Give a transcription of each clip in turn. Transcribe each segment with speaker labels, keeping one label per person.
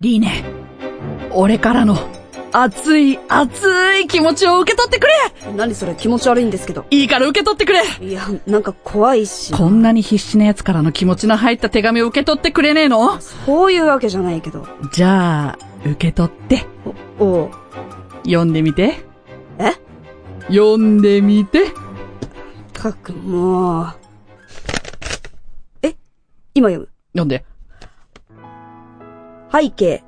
Speaker 1: リーネ、俺からの熱い熱い気持ちを受け取ってくれ
Speaker 2: 何それ気持ち悪いんですけど。
Speaker 1: いいから受け取ってくれ
Speaker 2: いや、なんか怖いし。
Speaker 1: こんなに必死な奴からの気持ちの入った手紙を受け取ってくれねえの
Speaker 2: そういうわけじゃないけど。
Speaker 1: じゃあ、受け取って、
Speaker 2: お、おう
Speaker 1: 読んでみて。
Speaker 2: え
Speaker 1: 読んでみて。
Speaker 2: たくんもう。え今読む。
Speaker 1: 読んで。
Speaker 2: 背景。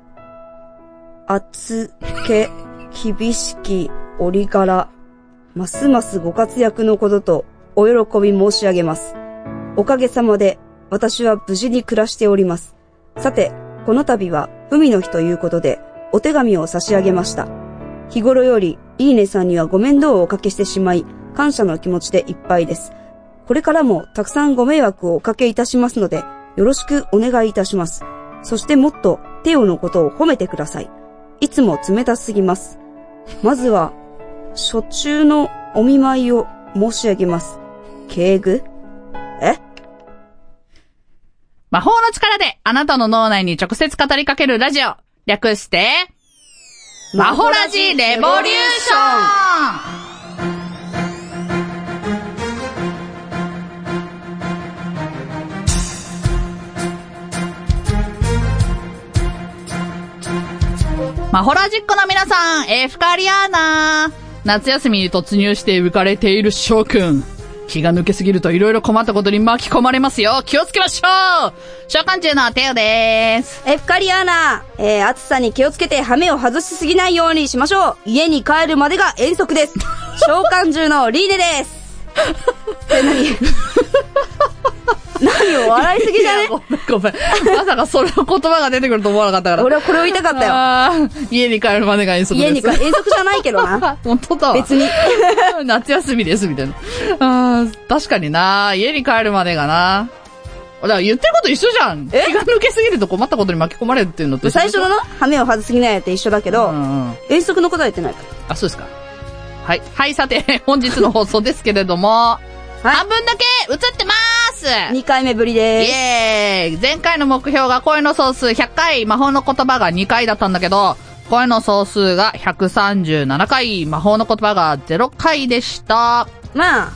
Speaker 2: 厚け、厳しき、折から、ますますご活躍のことと、お喜び申し上げます。おかげさまで、私は無事に暮らしております。さて、この度は、海の日ということで、お手紙を差し上げました。日頃より、いいねさんにはご面倒をおかけしてしまい、感謝の気持ちでいっぱいです。これからも、たくさんご迷惑をおかけいたしますので、よろしくお願いいたします。そしてもっと、テオのことを褒めてください。いつも冷たすぎます。まずは、初中のお見舞いを申し上げます。敬具え
Speaker 1: 魔法の力であなたの脳内に直接語りかけるラジオ。略して、マホラジレボリューションマホラジックの皆さん、エフカリアーナ夏休みに突入して浮かれている翔くん。気が抜けすぎると色々困ったことに巻き込まれますよ。気をつけましょう召喚中のテオでーす。
Speaker 2: エフカリアーナえー、暑さに気をつけて羽目を外しすぎないようにしましょう家に帰るまでが遠足です召喚中のリーネです え、なに何を笑いすぎじゃね
Speaker 1: いやごめん、ごめん。まさかその言葉が出てくると思わなかったから。
Speaker 2: 俺はこれを言いたかった よ
Speaker 1: あー家に帰るまでが遠足です。
Speaker 2: 家に帰、遠足じゃないけどな
Speaker 1: 本当だわ。
Speaker 2: 別に。
Speaker 1: 夏休みです、みたいな。あー確かにな家に帰るまでがなだから言ってること一緒じゃん。気
Speaker 2: え
Speaker 1: が抜けすぎると困ったことに巻き込まれるっていうのと一緒
Speaker 2: 最初のな、羽目を外すぎないやって一緒だけど、
Speaker 1: うんうん。
Speaker 2: 遠足のことは言ってないか
Speaker 1: あ、そうですか。はい。はい、さて、 本日の放送ですけれども、半分だけ映ってまー
Speaker 2: ら。
Speaker 1: す
Speaker 2: 2回目ぶり
Speaker 1: イ
Speaker 2: で
Speaker 1: エーイ前回の目標が声の総数100回、魔法の言葉が2回だったんだけど、声の総数が137回、魔法の言葉が0回でした。
Speaker 2: す。まあ、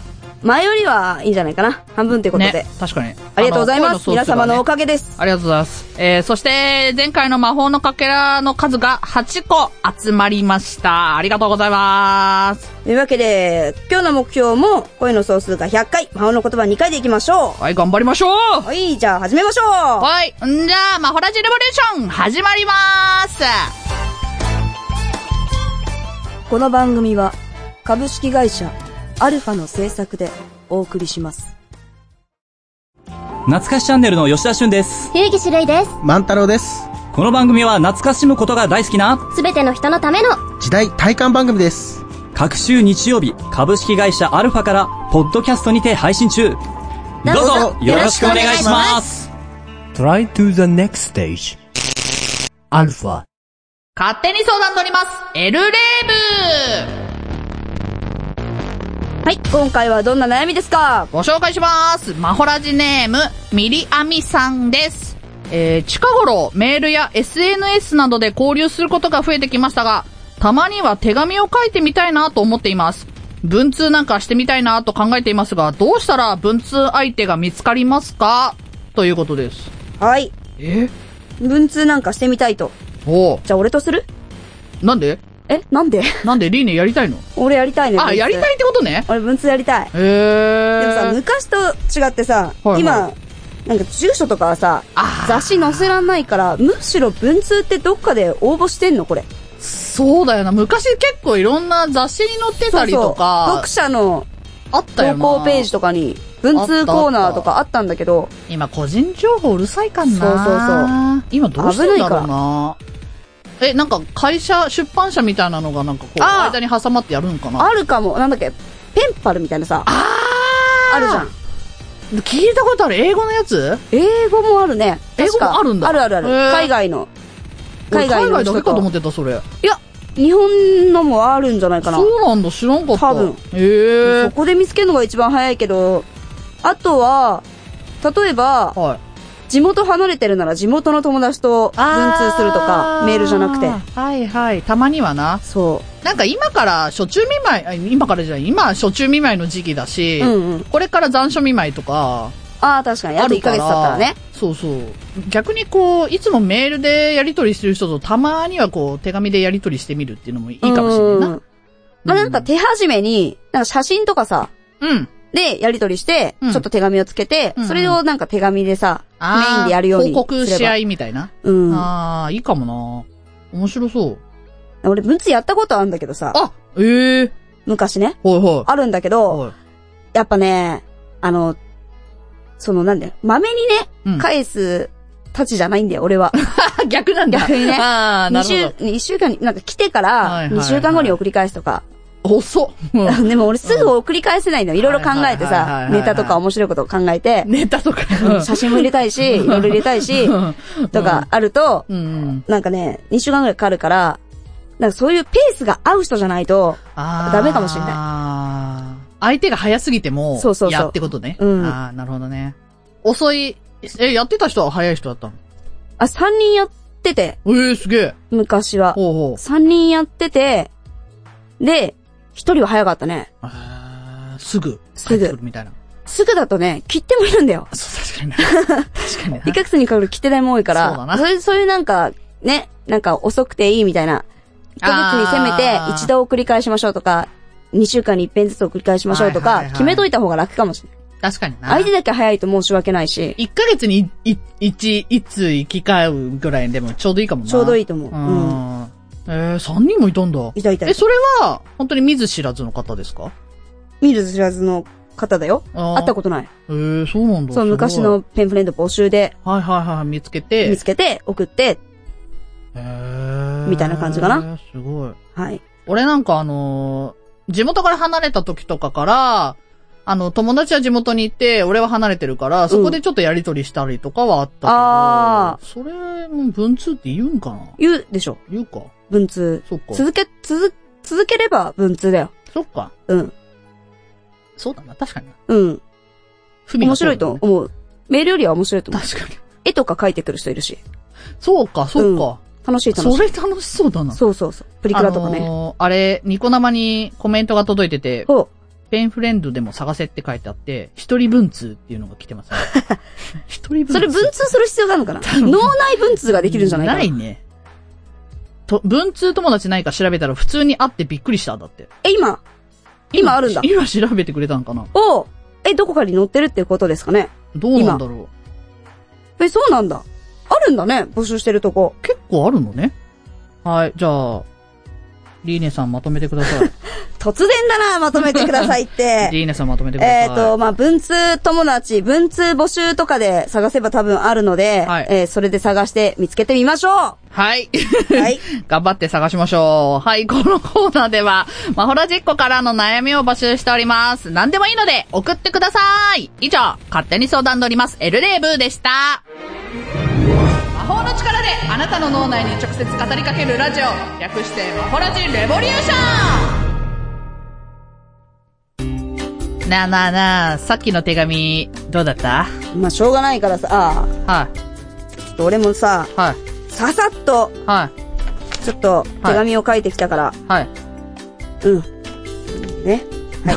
Speaker 2: 前よりはいいんじゃないかな。半分ってことで。
Speaker 1: ね、確かに。
Speaker 2: ありがとうござい
Speaker 1: あ
Speaker 2: ま
Speaker 1: の
Speaker 2: す。皆様の
Speaker 1: 声総数がね
Speaker 2: お。かげです。
Speaker 1: ありがとうございます。えー、そして、前回の魔法のかけらの数が8個集まりました。ありがとうございます。
Speaker 2: というわけで、今日の目標も、声の総数が100回、魔法の言葉2回でいきましょ
Speaker 1: はい、頑張りましょう
Speaker 2: う。はい、じゃあ始めましょう。
Speaker 1: はい。んじゃあ、マホラジレボリューション、始まりまーす
Speaker 2: この番組は、株式会社、アルファの制作でお送りします。
Speaker 3: 懐かしチャンネルの吉田俊です。
Speaker 4: ゆうぎしるいです。
Speaker 5: 万太郎です。
Speaker 3: この番組は懐かしむことが大好きな、
Speaker 4: すべての人のための、
Speaker 5: 時代体感番組です。
Speaker 3: 各週日曜日、株式会社アルファから、ポッドキャストにて配信中。ど
Speaker 4: どう
Speaker 3: う
Speaker 4: ぞ
Speaker 3: ぞ、よろしくお願いします。
Speaker 6: Try to the next stage. Alpha.
Speaker 1: 勝手に相談乗りますエルレーブ
Speaker 2: はい、今回はどんな悩みですか
Speaker 1: ご紹介しますマホラジネーム、ミリアミさんです。えー、近頃、メールや SNS などで交流することが増えてきましたが、たまには手紙を書いてみたいなと思っています。文通なんかしてみたいなと考えていますが、どうしたら文通相手が見つかりますかということです。
Speaker 2: はい、
Speaker 1: え
Speaker 2: 文通なんかしてみたいと。
Speaker 1: おう
Speaker 2: じゃあ俺とする
Speaker 1: なんで
Speaker 2: え、なんで
Speaker 1: なんでリーネやりたいの
Speaker 2: 俺やりたいね。
Speaker 1: あ、やりた
Speaker 2: い
Speaker 1: いってことね。
Speaker 2: 俺文通やりたい。
Speaker 1: へ
Speaker 2: でもさ、
Speaker 1: ー。
Speaker 2: 昔と違ってさ、
Speaker 1: いはい
Speaker 2: 今、なんか住所とかはさ
Speaker 1: あ、ー
Speaker 2: 雑誌載せらんないから、むしろ文通ってどっかで応募してんのこれ。
Speaker 1: そうだよな。昔結構いろんな雑誌に載ってたりとか
Speaker 2: 読、者の
Speaker 1: あったよ
Speaker 2: 投
Speaker 1: な。
Speaker 2: 稿ページとかに、文通コーナーとかあったんだけど、
Speaker 1: 今個人情報うるさいかんな。
Speaker 2: そ
Speaker 1: 今どうしてんだろうな。え、なんか会社、出版社みたいなのがなんかこう、
Speaker 2: あー
Speaker 1: 間に挟まってやるんかな
Speaker 2: あるかも、なんだっけ、ペンパルみたいなさ、あるじゃん。
Speaker 1: 聞いたことある英語のやつ
Speaker 2: 英語もあるね。
Speaker 1: 英語も
Speaker 2: 確か
Speaker 1: あるんだ
Speaker 2: あるあるある
Speaker 1: へー。
Speaker 2: 海外の。
Speaker 1: 海
Speaker 2: 海
Speaker 1: 外だ
Speaker 2: 外の人
Speaker 1: け
Speaker 2: と
Speaker 1: かと思ってた、それ。
Speaker 2: いや、日本のもあるんじゃないかな。
Speaker 1: そうなんだ、知らんかった。
Speaker 2: 多分
Speaker 1: へえ
Speaker 2: そ。こで見つけるのが一番早いけど、あとは、例えば、
Speaker 1: はい。
Speaker 2: 事地元離れてるなら地元の友達と文通するとか、メールじゃなくて。
Speaker 1: はいはい。たまにはな。
Speaker 2: そ
Speaker 1: なんか今から、初中見舞いあ、今からじゃない、今、初中見舞いの時期だし、
Speaker 2: う。うんうん。
Speaker 1: これから残暑見舞いとか、
Speaker 2: ああ、確かに。あ
Speaker 1: あ
Speaker 2: と
Speaker 1: る
Speaker 2: 1ヶ
Speaker 1: から
Speaker 2: 月経ったらね。。
Speaker 1: そうそう。逆にこう、いつもメールでやり取りしてる人とたまにはこう、手紙でやり取りしてみるっていうのもいいかもしれない
Speaker 2: うん
Speaker 1: な。
Speaker 2: まあなんか手始めに、なんか写真とかさ、
Speaker 1: うん。
Speaker 2: で、やり取りして、
Speaker 1: うん
Speaker 2: ちょっと手紙をつけて、
Speaker 1: うん
Speaker 2: それをなんか手紙でさ、メ
Speaker 1: あー
Speaker 2: インでやるようにすれば。
Speaker 1: 報告し合いみたいな。
Speaker 2: うん。
Speaker 1: ああ、いいかもな。面白そう。
Speaker 2: 俺、文通やったことあるんだけどさ、
Speaker 1: あええー。
Speaker 2: 昔ね。
Speaker 1: はいは
Speaker 2: あるんだけ
Speaker 1: い。
Speaker 2: ど、
Speaker 1: は
Speaker 2: やっぱね、あの、そのなんだよ、豆に
Speaker 1: い。うん
Speaker 2: ね、返すたちじゃないんだよ、俺は。
Speaker 1: あ 逆なんだ。
Speaker 2: 逆にね
Speaker 1: ああ、な
Speaker 2: 二
Speaker 1: る
Speaker 2: 週、一週間に、なんか来てか
Speaker 1: はいはい
Speaker 2: ら、
Speaker 1: はい
Speaker 2: 二週間後に送り返すとか。
Speaker 1: ほど。遅っ。うん
Speaker 2: でも俺すぐ送り返せないの。いろいろ考えて
Speaker 1: はいはいはいはい
Speaker 2: さ、
Speaker 1: はい
Speaker 2: ネタとか面白いことを考え て、
Speaker 1: ネタとか。
Speaker 2: 写真も入れたいし、いろいろ入れたいし、とかあると、
Speaker 1: うん。うん。
Speaker 2: なんかね、2週間ぐらいかかるから、なんかそういうペースが合う人じゃないと、
Speaker 1: あー
Speaker 2: ダメかもしれない
Speaker 1: 相手が早すぎても、
Speaker 2: そうそうそう
Speaker 1: やってことね。
Speaker 2: うん
Speaker 1: ああ、なるほどね。遅い、え、やってた人は早い人だったの
Speaker 2: あ、3人やってて、
Speaker 1: ええすげえ。
Speaker 2: 昔は。
Speaker 1: ほうほう。
Speaker 2: 3人やってて、で、1人は早かったね。
Speaker 1: あーすぐ。
Speaker 2: すぐ
Speaker 1: 帰ってくるみたいな。
Speaker 2: すぐだとね、切手もいるん だよ。
Speaker 1: そう、確かにな。確かにな
Speaker 2: 一。ヶ月にかかる切手代も多いから、
Speaker 1: そうだな
Speaker 2: そういう、そういうなんか、ね、なんか遅くていいみたいな。一ヶ月にせめ
Speaker 1: あ
Speaker 2: て
Speaker 1: ー
Speaker 2: 一度送り返しましょうとか、二週間に一遍ずつ送り返しましょうと
Speaker 1: はいはい
Speaker 2: か
Speaker 1: は、い
Speaker 2: 決めといた方が楽かもしれない。
Speaker 1: 確かにな。
Speaker 2: 相手だけ早いと申し訳ないし、
Speaker 1: 一ヶ月にい、い、一、いつ行き交うぐらいでもちょうどいいかもな。
Speaker 2: ちょうどい
Speaker 1: い。
Speaker 2: いと思う。
Speaker 1: う
Speaker 2: うん。
Speaker 1: ん。えー、三人もいたんだ。
Speaker 2: いたいたい
Speaker 1: え、
Speaker 2: た。
Speaker 1: それは、本当に見ず知らずの方ですか
Speaker 2: 見る知らずの方だよ。
Speaker 1: あ
Speaker 2: 会った
Speaker 1: こ
Speaker 2: ことない。
Speaker 1: と。えー、そうなんだ。
Speaker 2: そう、
Speaker 1: すごい
Speaker 2: 昔。のペンフレンド募集で
Speaker 1: はいはいはい、見つけて。
Speaker 2: 見つけて送って、
Speaker 1: へー
Speaker 2: みたいな感じかな。
Speaker 1: すごい。
Speaker 2: はい。
Speaker 1: 俺なんかあのー地元から離れた時とかから、あの、友達は地元に行って、俺は離れてるから、そこでちょっとやりとりしたりとかはあったけど、
Speaker 2: あ
Speaker 1: それも文通って言うんかな
Speaker 2: 言うでしょ。
Speaker 1: 言うか
Speaker 2: 文通。
Speaker 1: そっか。
Speaker 2: 続け、続、続ければ文通だよ。
Speaker 1: そっか。
Speaker 2: うん。
Speaker 1: そうだな、確かにな。
Speaker 2: うん。
Speaker 1: 不備
Speaker 2: 面
Speaker 1: が通
Speaker 2: 白
Speaker 1: る
Speaker 2: いと思う。メールよりは面白いと思う。
Speaker 1: 確かに。
Speaker 2: 絵とか描いてくる人いるし。
Speaker 1: そうか、そうか。
Speaker 2: 楽しい楽しい。
Speaker 1: それ楽しそうだな。
Speaker 2: そうそうそう。プリクラとかね。
Speaker 1: あのーあれ、ニコ生にコメントが届いてて、
Speaker 2: ほ
Speaker 1: ペンフレンドでも探せって書いてあって、一人文通っていうのが来て ますね。一人文
Speaker 2: う。
Speaker 1: 通。
Speaker 2: それ文通する必要があるのかな脳内文通ができるんじゃないかな。
Speaker 1: ないね。と、文通友達ないか調べたら普通に会ってびっくりした、だって。
Speaker 2: え、今今あるんだ
Speaker 1: 今調べてくれたのかな
Speaker 2: おうえ、どこかに載ってるっていうことですかね
Speaker 1: どうなんだろ
Speaker 2: え、そうなんだ。あるんだね募集してるとこ
Speaker 1: う。。結構あるのね。はい、じゃあ、リーネさんまとめてくださ い。
Speaker 2: 突然だなまとめてくださいって。
Speaker 1: リーネさんまとめてください。
Speaker 2: えっと、まあ、文通友達、文通募集とかで探せば多分あるので、
Speaker 1: はい
Speaker 2: えーそれで探して見つけてみましょうは
Speaker 1: はい。
Speaker 2: い。
Speaker 1: 頑張って探しましょう。はい、このコーナーでは、まほらじっこからの悩みを募集しております。何でもいいので、送ってください。以上、勝手に相談乗ります、エルレーブーでした。魔法の力であなたの脳内に直接語りかけるラジオ。略して、魔法ラジレボリューションなあなあなあ、さっきの手紙、どうだった
Speaker 2: まあ、しょうがないからさ、あ
Speaker 1: は
Speaker 2: あ、ちょっと俺もさ、
Speaker 1: い、はい、
Speaker 2: ささっと、
Speaker 1: はい、
Speaker 2: ちょっと手紙を書いてきたから、
Speaker 1: はい。
Speaker 2: うん。ね。は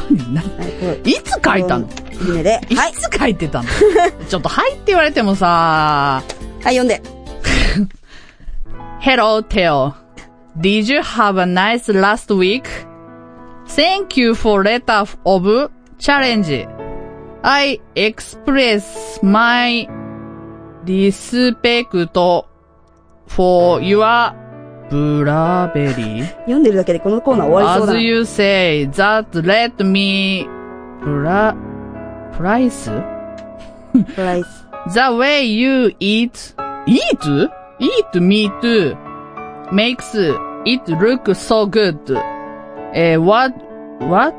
Speaker 2: い、
Speaker 1: いつ書いたの
Speaker 2: 夢で。
Speaker 1: い
Speaker 2: はい。
Speaker 1: つ書いてたの、 ちょっと、はいって言われてもさ、
Speaker 2: はい、読んで。
Speaker 1: Hello, Theo. Did you have a nice last week? Thank you for letter of challenge. I express my respect for your bravery.
Speaker 2: 読んでるだけでこのコーナー終わりそうだ
Speaker 1: As
Speaker 2: な。
Speaker 1: you say, that let me pra- price?
Speaker 2: プライス。
Speaker 1: The way you eat, eat? Eat me too makes it look so good. Eh, what, what,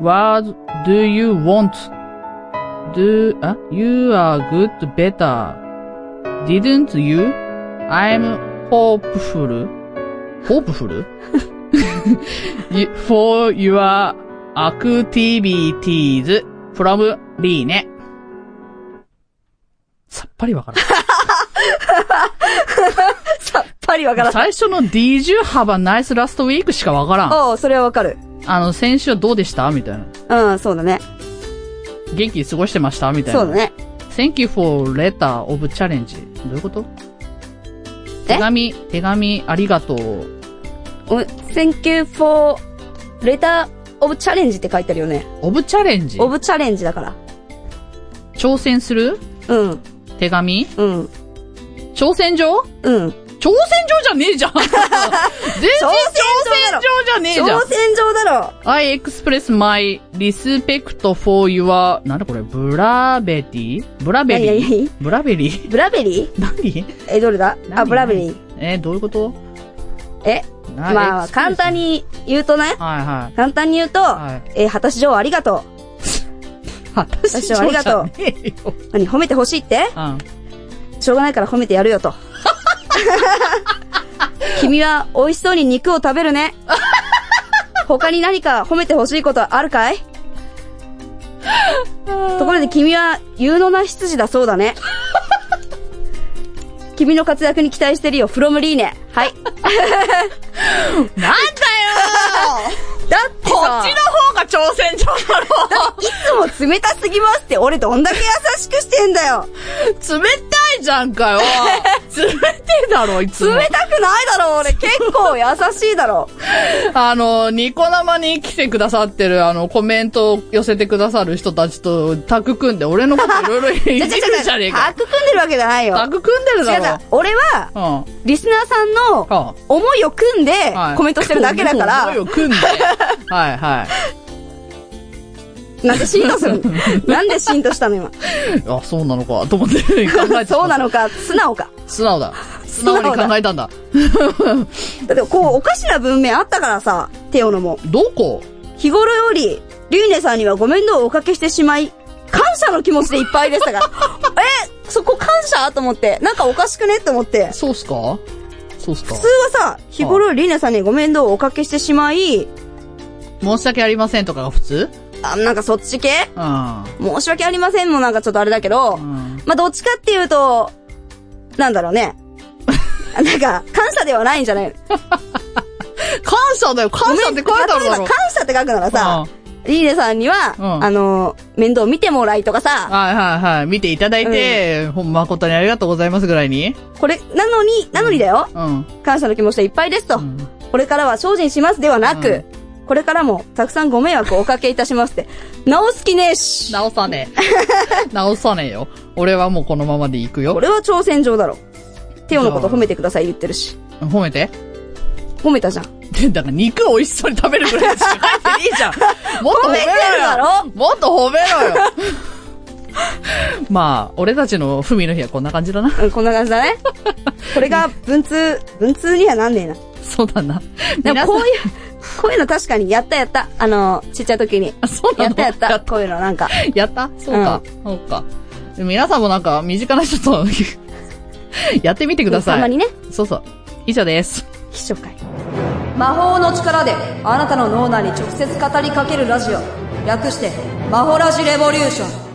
Speaker 1: what do you want? Do, uh, you are good better. Didn't you? I'm hopeful. Hopeful? You- for your activities from Rene. さっぱりわから
Speaker 2: さっぱりわから
Speaker 1: ん。
Speaker 2: ん。
Speaker 1: 最初の D10 幅ナイスラストウィークしかわからん。
Speaker 2: おう、それはわかる。
Speaker 1: あの、先週はどうでしたみたいな。
Speaker 2: うん、そうだね。
Speaker 1: 元気に過ごしてましたみたいな。
Speaker 2: そうだね。
Speaker 1: Thank you for letter of challenge. どういうこと手紙、手紙ありがとう。
Speaker 2: お Thank you for letter of challenge って書いてあるよね。
Speaker 1: オブチャレンジ
Speaker 2: of challenge だから。
Speaker 1: 挑戦する
Speaker 2: うん、
Speaker 1: 手紙
Speaker 2: うん、
Speaker 1: 挑戦状
Speaker 2: うん。
Speaker 1: 挑戦状じゃねえじゃん 全然挑戦状じゃねえじ
Speaker 2: 挑
Speaker 1: ゃん
Speaker 2: 戦状だろ
Speaker 1: I express my respect for your, なんだこれ、ブラベティブラベリ
Speaker 2: 何何
Speaker 1: ーブラベリー
Speaker 2: ブラベリー
Speaker 1: 何
Speaker 2: え、どれだあ、
Speaker 1: 何
Speaker 2: ブラベリー。
Speaker 1: えどういうこと
Speaker 2: え、
Speaker 1: な
Speaker 2: まあ、
Speaker 1: express
Speaker 2: 簡単に言うとね、
Speaker 1: はいはい。
Speaker 2: 簡単に言うと、
Speaker 1: はい
Speaker 2: えー果たし状ありがと
Speaker 1: 私
Speaker 2: 私はありがとう
Speaker 1: じゃねえよ。
Speaker 2: う。何、褒めてほしいって
Speaker 1: うん。
Speaker 2: しょうがないから褒めてやる よと。君は美味しそうに肉を食べるね。他に何か褒めてほしいことあるかいところで君は有能な執事だそうだ ね。君の活躍に期待してるよ、フロムリーネ。はい。
Speaker 1: なんだよ
Speaker 2: だって
Speaker 1: こ
Speaker 2: さ
Speaker 1: っ、ちの方が挑戦状だろ
Speaker 2: いつも冷たすぎますって、俺どんだけ優しくしてんだよ。
Speaker 1: 冷たいじゃんかよ冷てえだろ、いつも
Speaker 2: 冷。たくないだろ、俺。結構優しいだろ。
Speaker 1: あの、ニコ生に来てくださってる、あの、コメントを寄せてくださる人たちとタッグ組んで、俺のこといろいろ言
Speaker 2: じ
Speaker 1: い
Speaker 2: ゃじ
Speaker 1: じ
Speaker 2: ゃ
Speaker 1: るじゃ ねえ
Speaker 2: タッ
Speaker 1: か。
Speaker 2: グ組んでるわけじゃないよ。
Speaker 1: タッグ組んでる
Speaker 2: 違う違
Speaker 1: だ
Speaker 2: う。俺は、
Speaker 1: ろ。うん。
Speaker 2: リスナーさんの
Speaker 1: は
Speaker 2: 思いを組んで
Speaker 1: はい
Speaker 2: コメントしてるだけだか
Speaker 1: 思い
Speaker 2: ら、
Speaker 1: を組んで。はい は
Speaker 2: なんでシーンとする のなんでシーンとしたの今。
Speaker 1: い。あ、そうなのか、と思って考えてた。
Speaker 2: そうなのか、素直か。
Speaker 1: 素直だ。素直に考えたんだ。
Speaker 2: だってこう、おかしな文面あったからさ、テオのも。
Speaker 1: どこ
Speaker 2: 日頃より、リューネさんにはご面倒をおかけしてしまい、感謝の気持ちでいっぱいでし たから。え、そこ感謝と思って、なんかおかしくねと思って。
Speaker 1: そうっすかそうっすか
Speaker 2: 普通はさ、日頃よりリューネさんにご面倒をおかけしてしまい、
Speaker 1: 申し訳ありませんとかが普通
Speaker 2: あ、なんかそっち系
Speaker 1: うん。
Speaker 2: 申し訳ありませんもなんかちょっとあれだけど、
Speaker 1: ん
Speaker 2: まあどっちかっていうと、なんだろ うね。あなんか、感謝ではないんじゃない
Speaker 1: 感謝だよ感謝って書いてある
Speaker 2: 例
Speaker 1: だ
Speaker 2: えば
Speaker 1: ろ
Speaker 2: 感謝って書くならさ、
Speaker 1: う
Speaker 2: リーネさんには、
Speaker 1: うん
Speaker 2: あの、面倒見てもらいとか
Speaker 1: ん
Speaker 2: さ、
Speaker 1: はいはいはい。見ていただいて、ほんまことにありがとうございますぐらいに
Speaker 2: これ、なのに、なのにだよ、
Speaker 1: うん。
Speaker 2: 感謝の気持ちでいっぱいですと、
Speaker 1: ん
Speaker 2: これからは精進しますではなく、これからもたくさんご迷惑をおかけいたしますって、直す気ねえし、
Speaker 1: 直さねえ。 直さねえよ。俺はもうこのままで行くよ
Speaker 2: こ。れは挑戦状だろ。テオのこと褒めてください言ってるし、
Speaker 1: 褒めて。
Speaker 2: 褒めたじゃん。
Speaker 1: でだから肉美味しそうに食べるぐらいしか入っていいじゃん。もっと褒めろよ
Speaker 2: 褒めてるだろ
Speaker 1: もっと褒めろよまあ、俺たちの文の日はこんな感じだな。
Speaker 2: うん、こんな感じだね。これが文通、文通にはなんねえな。
Speaker 1: そうだな。
Speaker 2: で
Speaker 1: 皆
Speaker 2: も
Speaker 1: さん
Speaker 2: こういう、こういうの確かにやったやった。あの、ちっちゃい時に。
Speaker 1: あそうな
Speaker 2: や
Speaker 1: の
Speaker 2: ったやっ
Speaker 1: や
Speaker 2: た。
Speaker 1: っ
Speaker 2: こういうのなんか。
Speaker 1: やったそうか、そうか。皆さんもなんか、身近な人と、 やってみてください。
Speaker 2: たまにね。
Speaker 1: そうそう。以上です。
Speaker 2: 秘書会。魔法の力であなたの脳内に直接語りかけるラジオ。略して、魔法ラジレボリューション。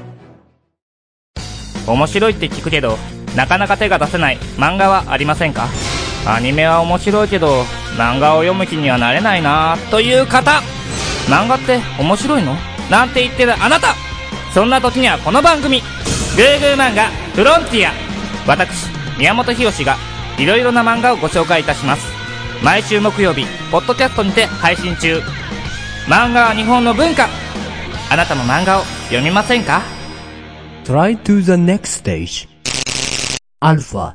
Speaker 7: 面白いって聞くけどなかなか手が出せない漫画はありませんかアニメは面白いけど漫画を読む気にはなれないなという方漫画って面白いのなんて言ってるあなたそんな時にはこの番組「グーグー漫画フロンティア」私宮本浩がいろいろな漫画をご紹介いたします毎週木曜日ポッドキャストにて配信中漫画は日本の文化あなたも漫画を読みませんか
Speaker 6: Try to the next stage. Alpha.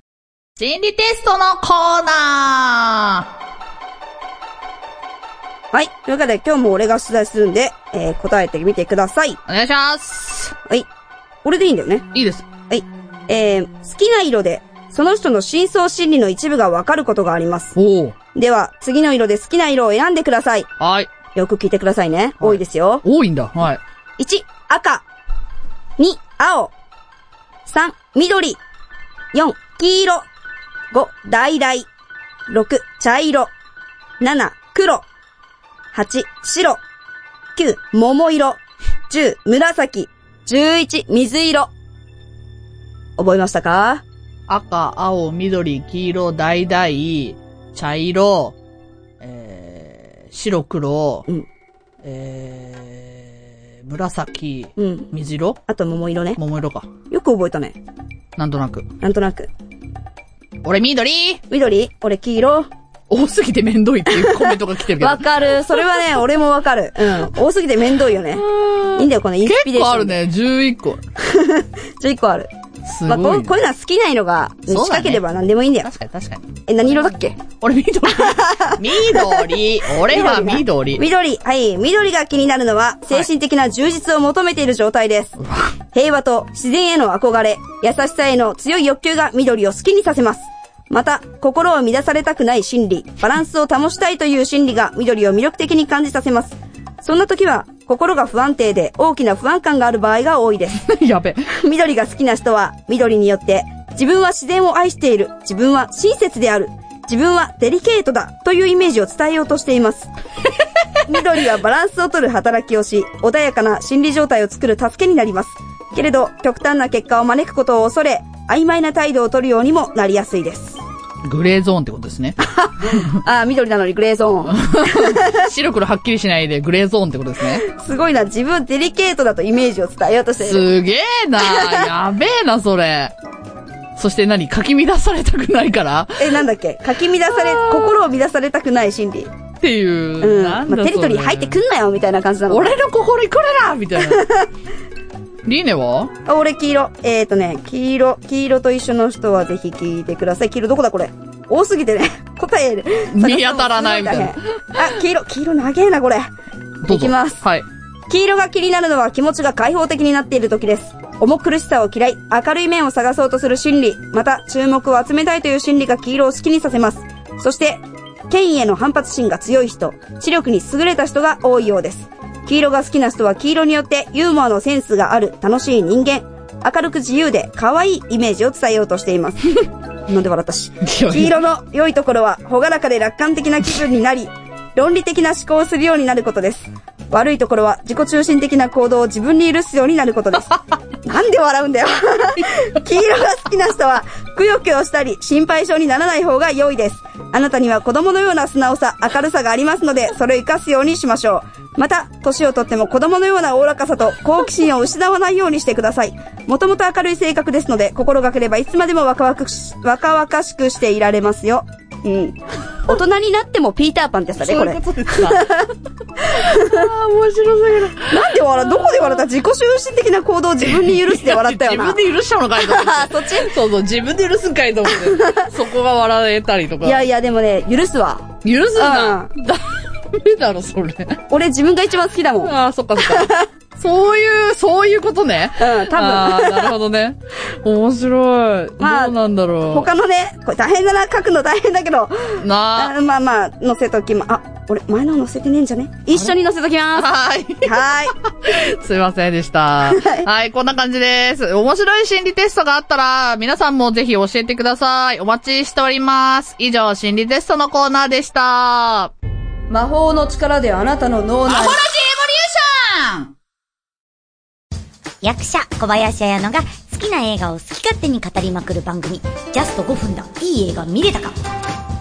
Speaker 1: 心理テストのコーナ
Speaker 2: はい。というわけで今日も俺が出題するんで、えー、答えてみてください。
Speaker 1: ーお願いします
Speaker 2: はい。俺でいいんだよね。
Speaker 1: いいです。
Speaker 2: はい。えー、好きな色で、その人の深層心理の一部がわかることがあります。
Speaker 1: おお
Speaker 2: では、次の色で好きな色を選んでください。
Speaker 1: はい。
Speaker 2: よく聞いてくださいね。多いですよ。
Speaker 1: 多いんだ。はい。
Speaker 2: 1、赤。2、青。3、緑。4、黄色。5、橙色。6、茶色。7、黒。8、白。9、桃色。10、紫。11、水色。
Speaker 8: 覚えましたか
Speaker 1: 赤、青、緑、黄色、橙、茶色、えー、白、黒、
Speaker 8: うん
Speaker 1: えー、紫、
Speaker 8: うん。
Speaker 1: 水色
Speaker 8: あと桃色ね。
Speaker 1: 桃色か。
Speaker 8: よく覚えたね。
Speaker 1: なんとなく。
Speaker 8: なんとなく。
Speaker 1: 俺緑
Speaker 8: 緑俺黄色
Speaker 1: 多すぎてめんどいっていうコメントが来てるけど
Speaker 8: わ。かる。それはね、俺もわかる。うん。多すぎて面倒いよね。いいんだよ、このインスピレ
Speaker 1: 結
Speaker 8: ーション。
Speaker 1: 構ある。ね、11個。
Speaker 8: 11個ある。
Speaker 1: す
Speaker 8: まあ、こ、
Speaker 1: ごいうね。
Speaker 8: こういうのは好きな色が、
Speaker 1: そうだね
Speaker 8: 近ければ何でもいいんだよ。
Speaker 1: 確かに確かに。
Speaker 8: え、何色だっけ
Speaker 1: 俺緑。 緑。俺は緑。
Speaker 8: 緑。はい。緑が気になるのは、精神的な充実を求めている状態です。平和と自然への憧れ、優しさへの強い欲求が緑を好きにさせます。また、心を乱されたくない心理、バランスを保ちたいという心理が緑を魅力的に感じさせます。そんな時は、心が不安定で大きな不安感がある場合が多いです。
Speaker 1: やべ。
Speaker 8: 緑が好きな人は、緑によって、自分は自然を愛している、自分は親切である、自分はデリケートだ、というイメージを伝えようとしています。 緑はバランスを取る働きをし、穏やかな心理状態を作る助けになります。けれど、極端な結果を招くことを恐れ、曖昧な態度を取るようにもなりやすいです。
Speaker 1: グレーゾーンってことですね。
Speaker 8: ああ、緑なのにグレーゾーン。
Speaker 1: 白黒はっきりしないでグレーゾーンってことですね。
Speaker 8: すごいな、自分デリケートだとイメージを伝えようとしている。
Speaker 1: すげえ な。やべえな、それ。そして何書き乱されたくないから
Speaker 8: え、なんだっけかき乱され、心を乱されたくない心理。
Speaker 1: っていう。
Speaker 8: うん。
Speaker 1: な
Speaker 8: まあ
Speaker 1: んだ、
Speaker 8: テリトリ
Speaker 1: そ
Speaker 8: ー
Speaker 1: れ
Speaker 8: 入ってくんなよ、みたいな感じなのかな。
Speaker 1: 俺のここに来るなみ たいな。リーネは
Speaker 8: あ俺黄色。えーとね、黄色。黄色と一緒の人はぜひ聞いてください。黄色どこだこれ。多すぎてね。 答え
Speaker 1: 見当たらないみたいな
Speaker 8: 探すのもすご大変あ、黄色。黄色長えな、これ。
Speaker 1: どうぞ。
Speaker 8: いきます
Speaker 1: はい。
Speaker 8: 黄色が気になるのは気持ちが開放的になっている時です。重苦しさを嫌い、明るい面を探そうとする心理、また注目を集めたいという心理が黄色を好きにさせます。そして、権威への反発心が強い人、知力に優れた人が多いようです。黄色が好きな人は黄色によってユーモアのセンスがある楽しい人間、明るく自由で可愛いイメージを伝えようとしています。なんで笑ったし。黄色の良いところは、ほがらかで楽観的な気分になり、論理的な思考をするようになることです。悪いところは、自己中心的な行動を自分に許すようになることです。なんで笑うんだよ。黄色が好きな人は、くよくよしたり、心配性にならない方が良いです。あなたには子供のような素直さ、明るさがありますので、それを活かすようにしましょう。また、年をとっても子供のようなおおらかさと好奇心を失わないようにしてください。もともと明るい性格ですので、心がければいつまでも若々し若々しくしていられますよ。うん。大人になってもピーターパンってさね、これ。なん
Speaker 1: とですか。ああ、面白すぎる。
Speaker 8: で笑うどこで笑った自己中心的な行動を自分に許して笑ったよな。
Speaker 1: 自分で許したのかいと思って。
Speaker 8: あ、そっち
Speaker 1: そうそう、自分で許すんかいと思 って。そこが笑えたりとか。
Speaker 8: いやいや、でもね、許すわ。
Speaker 1: 許すな。
Speaker 8: う
Speaker 1: ダメだろ、それ。
Speaker 8: 俺自分が一番好きだもん。うん、
Speaker 1: ああ、そっかそっか。そういう、そういうことね。
Speaker 8: 多
Speaker 1: ああ、
Speaker 8: 分。
Speaker 1: なるほどね。面白い。
Speaker 8: まあ
Speaker 1: どうなんだろ
Speaker 8: 他のね、これ大変だな、書くの大変だけど、
Speaker 1: う。なあ。
Speaker 8: あまあまあ、載せときま、あ、俺、前の載せてねえんじゃね一緒に載せときま
Speaker 1: はい。
Speaker 8: す。は
Speaker 1: すいませんでした。はい、こんな感じです。面白い心理テストがあったら、皆さんもぜひ教えてください。お待ちしております。以上、心理テストのコーナーでした。
Speaker 8: ーい。魔法の力であなたの脳内。
Speaker 4: 役者、小林彩乃が好きな映画を好き勝手に語りまくる番組。ジャスト5分だ。いい映画見れたか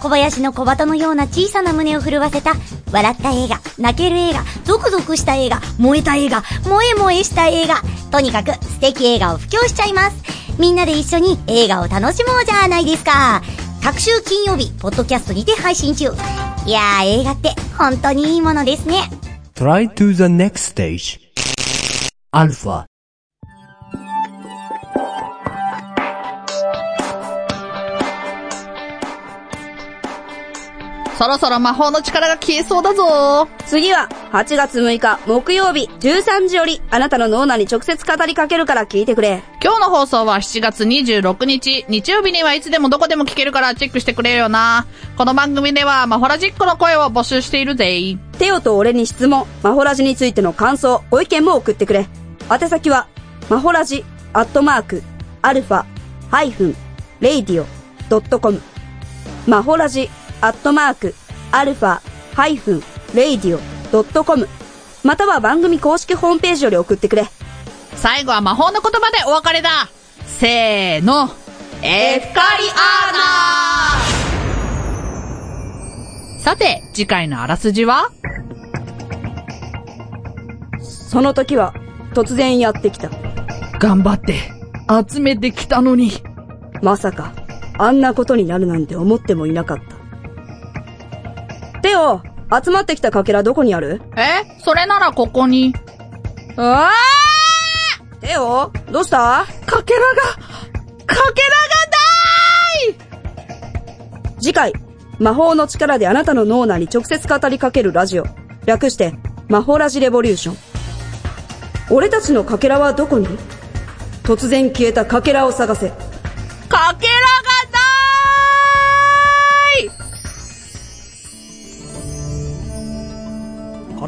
Speaker 4: 小林の小鳩のような小さな胸を震わせた、笑った映画、泣ける映画、ゾクゾクした映画、燃えた映画、萌え萌えした映画。とにかく素敵映画を布教しちゃいます。みんなで一緒に映画を楽しもうじゃないですか。各週金曜日、ポッドキャストにて配信中。いやー映画って本当にいいものですね。
Speaker 6: Try to the next stage. Alpha.
Speaker 1: そろそろ魔法の力が消えそうだぞ。
Speaker 8: 次は、8月6日、木曜日、13時より、あなたの脳内に直接語りかけるから聞いてくれ。
Speaker 1: 今日の放送は7月26日、日曜日にはいつでもどこでも聞けるからチェックしてくれよな。この番組では、マホラジックの声を募集しているぜ。
Speaker 8: テオと俺に質問、マホラジについての感想、ご意見も送ってくれ。宛先は、マホラジ、アットマーク、アルファ、ハイフン、レイディオ、ドットコム。マホラジ、アットマーク、アルファ、ハイフン、レイディオ、ドットコム。または番組公式ホームページより送ってくれ。
Speaker 1: 最後は魔法の言葉でお別れだ。せせーの、エフカリアーナさて、次回のあらすじは
Speaker 8: その時は、突然やってきた。
Speaker 1: 頑張って、集めてきたのに。
Speaker 8: まさか、あんなことになるなんて思ってもいなかった。テオ、集まってきたかけらどこにある
Speaker 1: えそれならここに。うわ
Speaker 8: テオ、どうした
Speaker 1: ーかけらが、かけらがな
Speaker 8: 次回、魔法の力であなたの脳内に直接語りかけるラジオ。略して、魔法ラジレボリューション。俺たちのかけらはどこに突然消えたかけらを探せ。
Speaker 1: いかけらがなーいこ